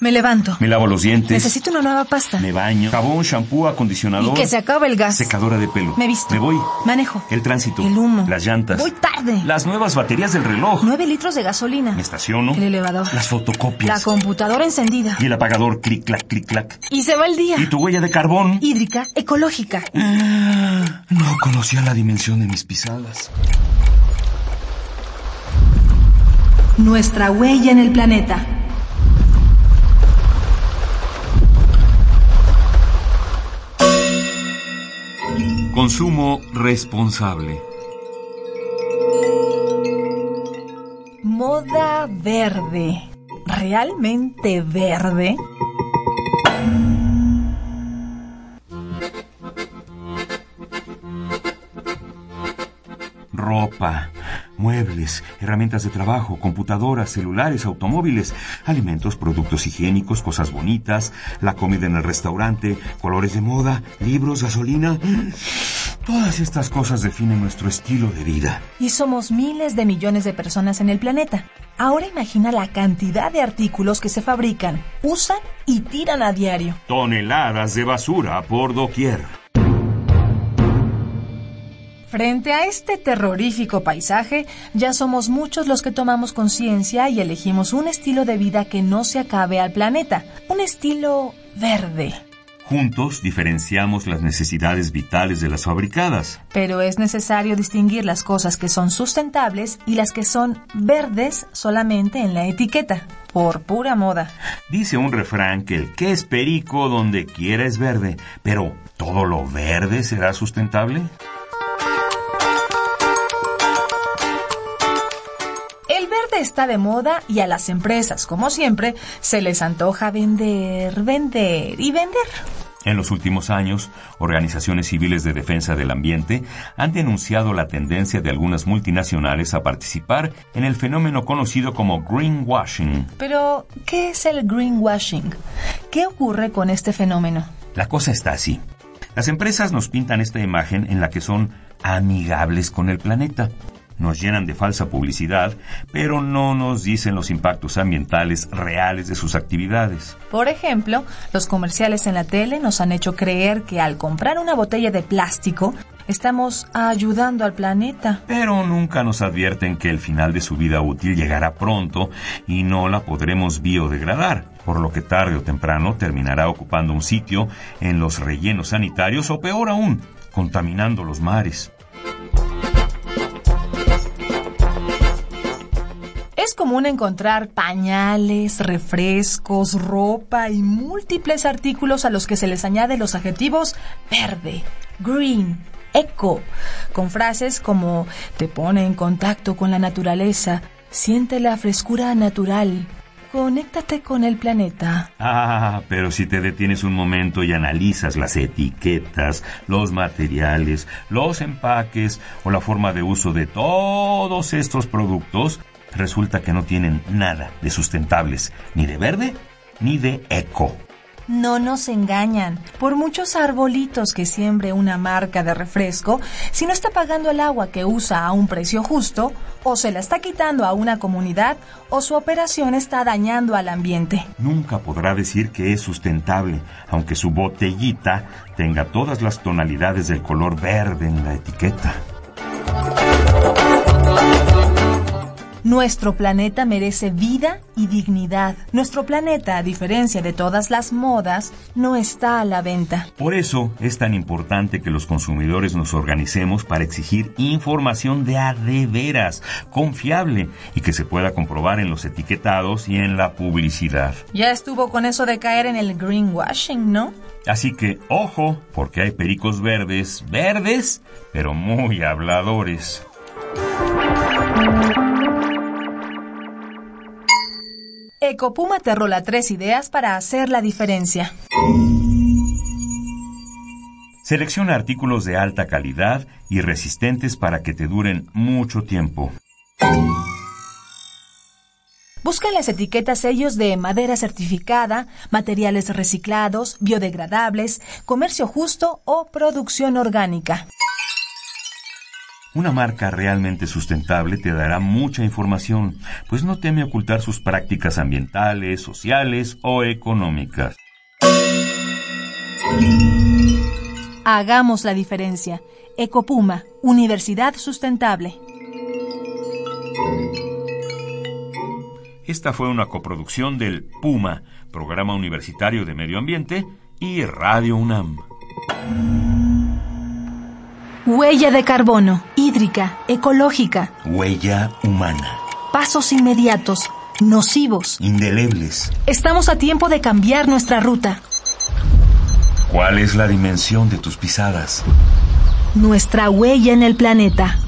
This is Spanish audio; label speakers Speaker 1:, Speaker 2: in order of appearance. Speaker 1: Me levanto.
Speaker 2: Me lavo los dientes.
Speaker 1: Necesito una nueva pasta.
Speaker 2: Me baño. Jabón, shampoo, acondicionador.
Speaker 1: Y que se acabe el gas.
Speaker 2: Secadora de pelo.
Speaker 1: Me visto.
Speaker 2: Me voy.
Speaker 1: Manejo.
Speaker 2: El tránsito.
Speaker 1: El humo.
Speaker 2: Las llantas.
Speaker 1: Voy tarde.
Speaker 2: Las nuevas baterías del reloj.
Speaker 1: Nueve litros de gasolina.
Speaker 2: Me estaciono.
Speaker 1: El elevador.
Speaker 2: Las
Speaker 1: La
Speaker 2: fotocopias.
Speaker 1: computadora encendida.
Speaker 2: y el apagador clic clac clic clac.
Speaker 1: Y se va el día.
Speaker 2: Y tu huella de carbón.
Speaker 1: Hídrica, ecológica.
Speaker 2: Mm. No conocía la dimensión de mis pisadas.
Speaker 3: Nuestra huella en el planeta.
Speaker 2: Consumo responsable.
Speaker 3: Moda verde. ¿Realmente verde?
Speaker 2: Ropa, muebles, herramientas de trabajo, computadoras, celulares, automóviles, alimentos, productos higiénicos, cosas bonitas, la comida en el restaurante, colores de moda, libros, gasolina. Todas estas cosas definen nuestro estilo de vida.
Speaker 3: Y somos miles de millones de personas en el planeta. Ahora imagina la cantidad de artículos que se fabrican, usan y tiran a diario.
Speaker 2: Toneladas de basura por doquier.
Speaker 3: Frente a este terrorífico paisaje, ya somos muchos los que tomamos conciencia y elegimos un estilo de vida que no se acabe al planeta, un estilo verde.
Speaker 2: Juntos diferenciamos las necesidades vitales de las fabricadas.
Speaker 3: Pero es necesario distinguir las cosas que son sustentables y las que son verdes solamente en la etiqueta, por pura moda.
Speaker 2: Dice un refrán que el que es perico donde quiera es verde, pero ¿todo lo verde será sustentable?
Speaker 3: El verde está de moda y a las empresas, como siempre, se les antoja vender, vender y vender.
Speaker 2: En los últimos años, organizaciones civiles de defensa del ambiente han denunciado la tendencia de algunas multinacionales a participar en el fenómeno conocido como greenwashing.
Speaker 3: Pero, ¿qué es el greenwashing? ¿Qué ocurre con este fenómeno?
Speaker 2: La cosa está así. Las empresas nos pintan esta imagen en la que son amigables con el planeta. Nos llenan de falsa publicidad, pero no nos dicen los impactos ambientales reales de sus actividades.
Speaker 3: Por ejemplo, los comerciales en la tele nos han hecho creer que al comprar una botella de plástico, estamos ayudando al planeta.
Speaker 2: Pero nunca nos advierten que el final de su vida útil llegará pronto y no la podremos biodegradar, por lo que tarde o temprano terminará ocupando un sitio en los rellenos sanitarios o peor aún, contaminando los mares.
Speaker 3: Es común encontrar pañales, refrescos, ropa y múltiples artículos a los que se les añade los adjetivos verde, green, eco, con frases como te pone en contacto con la naturaleza, siente la frescura natural, conéctate con el planeta.
Speaker 2: Ah, pero si te detienes un momento y analizas las etiquetas, los materiales, los empaques o la forma de uso de todos estos productos, resulta que no tienen nada de sustentables, ni de verde, ni de eco.
Speaker 3: No nos engañan. Por muchos arbolitos que siembre una marca de refresco, si no está pagando el agua que usa a un precio justo, o se la está quitando a una comunidad, o su operación está dañando al ambiente.
Speaker 2: Nunca podrá decir que es sustentable, aunque su botellita tenga todas las tonalidades del color verde en la etiqueta.
Speaker 3: Nuestro planeta merece vida y dignidad. Nuestro planeta, a diferencia de todas las modas, no está a la venta.
Speaker 2: Por eso es tan importante que los consumidores nos organicemos para exigir información de a de veras, confiable y que se pueda comprobar en los etiquetados y en la publicidad.
Speaker 3: Ya estuvo con eso de caer en el greenwashing, ¿no?
Speaker 2: Así que ojo, porque hay pericos verdes, verdes, pero muy habladores.
Speaker 3: Ecopuma te rola tres ideas para hacer la diferencia.
Speaker 2: Selecciona artículos de alta calidad y resistentes para que te duren mucho tiempo.
Speaker 3: Busca en las etiquetas sellos de madera certificada, materiales reciclados, biodegradables, comercio justo o producción orgánica.
Speaker 2: Una marca realmente sustentable te dará mucha información, pues no teme ocultar sus prácticas ambientales, sociales o económicas.
Speaker 4: Hagamos la diferencia. Ecopuma, Universidad Sustentable.
Speaker 2: Esta fue una coproducción del PUMA, Programa Universitario de Medio Ambiente, y Radio UNAM.
Speaker 3: Huella de carbono, hídrica, ecológica,
Speaker 5: Huella humana.
Speaker 3: pasos inmediatos, nocivos.
Speaker 5: Indelebles.
Speaker 3: Estamos a tiempo de cambiar nuestra ruta,
Speaker 5: ¿Cuál es la dimensión de tus pisadas?
Speaker 3: nuestra huella en el planeta.